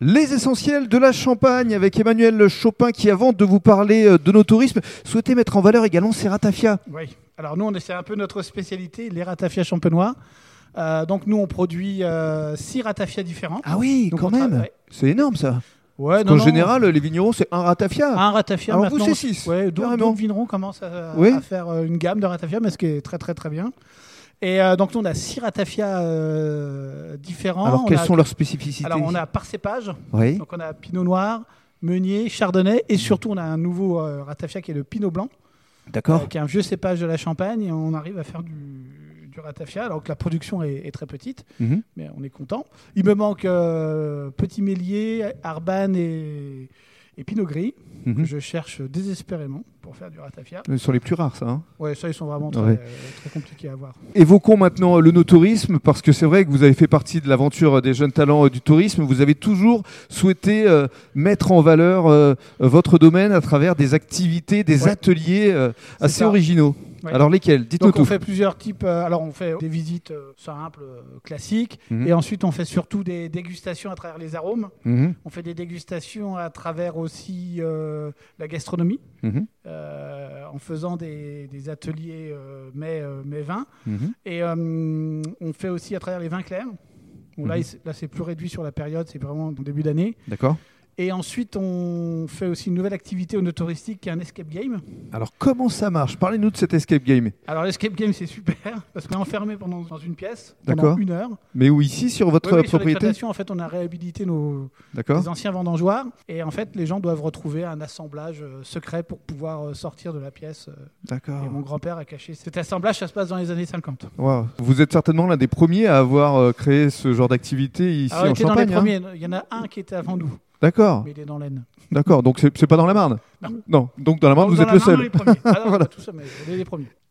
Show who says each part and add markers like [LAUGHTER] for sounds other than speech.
Speaker 1: Les essentiels de la Champagne avec Emmanuel Chopin qui, avant de vous parler euh, de nos tourismes, souhaitait mettre en valeur également ses ratafia.
Speaker 2: Oui. Alors nous, on c'est un peu notre spécialité, les ratafia champenois. Euh, donc nous, on produit euh, six ratafia différents.
Speaker 1: Ah oui,
Speaker 2: Donc
Speaker 1: quand
Speaker 2: on
Speaker 1: même.
Speaker 2: travaille-
Speaker 1: C'est énorme ça.
Speaker 2: Ouais,
Speaker 1: En général, les vignerons, c'est un ratafia.
Speaker 2: un ratafia.
Speaker 1: Alors vous,
Speaker 2: Ah, maintenant,
Speaker 1: c'est six,
Speaker 2: Ouais, d'autres-
Speaker 1: carrément.
Speaker 2: d'autres vignerons commencent à,
Speaker 1: Oui.
Speaker 2: à faire euh, une gamme de ratafia, mais ce qui est très très très bien. Et euh, donc nous, on a six ratafia euh, différents.
Speaker 1: Alors,
Speaker 2: On
Speaker 1: quelles
Speaker 2: a-
Speaker 1: sont leurs spécificités
Speaker 2: Alors on a par cépage.
Speaker 1: Oui.
Speaker 2: Donc on a Pinot Noir, Meunier, Chardonnay,
Speaker 1: Mmh.
Speaker 2: et surtout on a un nouveau euh, ratafia qui est le Pinot Blanc.
Speaker 1: D'accord.
Speaker 2: euh, qui est un vieux cépage de la Champagne. Et on arrive à faire du, du ratafia, alors que la production est, est très petite,
Speaker 1: Mhm.
Speaker 2: mais on est content. Il me manque euh, Petit Mélier, Arban et, et Pinot Gris,
Speaker 1: Mhm.
Speaker 2: que je cherche désespérément pour faire du ratafia.
Speaker 1: Ce sont les plus rares, ça. hein.
Speaker 2: Ouais, ça, ils sont vraiment très,
Speaker 1: Ouais.
Speaker 2: euh, très compliqués à avoir.
Speaker 1: Évoquons maintenant le no-tourisme, parce que c'est vrai que vous avez fait partie de l'aventure des jeunes talents euh, du tourisme. Vous avez toujours souhaité euh, mettre en valeur euh, votre domaine à travers des activités, des
Speaker 2: Ouais.
Speaker 1: ateliers euh,
Speaker 2: C'est
Speaker 1: assez
Speaker 2: ça.
Speaker 1: originaux.
Speaker 2: Ouais.
Speaker 1: Alors lesquels Dites-nous
Speaker 2: Donc on
Speaker 1: tout.
Speaker 2: fait plusieurs types. euh, alors on fait des visites euh, simples, euh, classiques,
Speaker 1: Mhm.
Speaker 2: et ensuite on fait surtout des dégustations à travers les arômes.
Speaker 1: Mhm,
Speaker 2: On fait des dégustations à travers aussi euh, la gastronomie.
Speaker 1: mhm,
Speaker 2: euh, en faisant des, des ateliers euh, mets, euh, mets vins.
Speaker 1: mhm.
Speaker 2: Et euh, on fait aussi à travers les vins clairs. Bon, là,
Speaker 1: Mhm.
Speaker 2: il s- là, c'est plus réduit sur la période, c'est vraiment au début d'année.
Speaker 1: D'accord.
Speaker 2: Et ensuite, on fait aussi une nouvelle activité au touristique qui est un escape game.
Speaker 1: Alors comment ça marche Parlez-nous de cet escape game.
Speaker 2: Alors, l'escape game, c'est super [LAUGHS] parce qu'on est enfermé pendant, dans une pièce
Speaker 1: D'accord.
Speaker 2: pendant une heure.
Speaker 1: Mais où ici, sur votre
Speaker 2: Oui, oui, sur
Speaker 1: propriété
Speaker 2: l'exploitation, en fait, on a réhabilité nos
Speaker 1: D'accord.
Speaker 2: les anciens vendangeoires. Et en fait, les gens doivent retrouver un assemblage euh, secret pour pouvoir euh, sortir de la pièce. euh,
Speaker 1: D'accord.
Speaker 2: Et mon grand-père a caché cet assemblage, ça se passe dans les années 50.
Speaker 1: Wow. Vous êtes certainement l'un des premiers à avoir euh, créé ce genre d'activité ici
Speaker 2: Alors, il
Speaker 1: en
Speaker 2: Ah, était dans les
Speaker 1: Champagne. hein
Speaker 2: premiers, il y en a un qui était avant nous,
Speaker 1: D'accord.
Speaker 2: mais il est dans l'Aisne.
Speaker 1: D'accord. Donc c'est c'est pas dans la Marne.
Speaker 2: Non.
Speaker 1: Donc dans la Marne,
Speaker 2: Dans
Speaker 1: vous
Speaker 2: la
Speaker 1: êtes le
Speaker 2: Marne, on
Speaker 1: seul. [LAUGHS]
Speaker 2: est les premiers. Ah non, on est pas tous seuls, mais on est les premiers.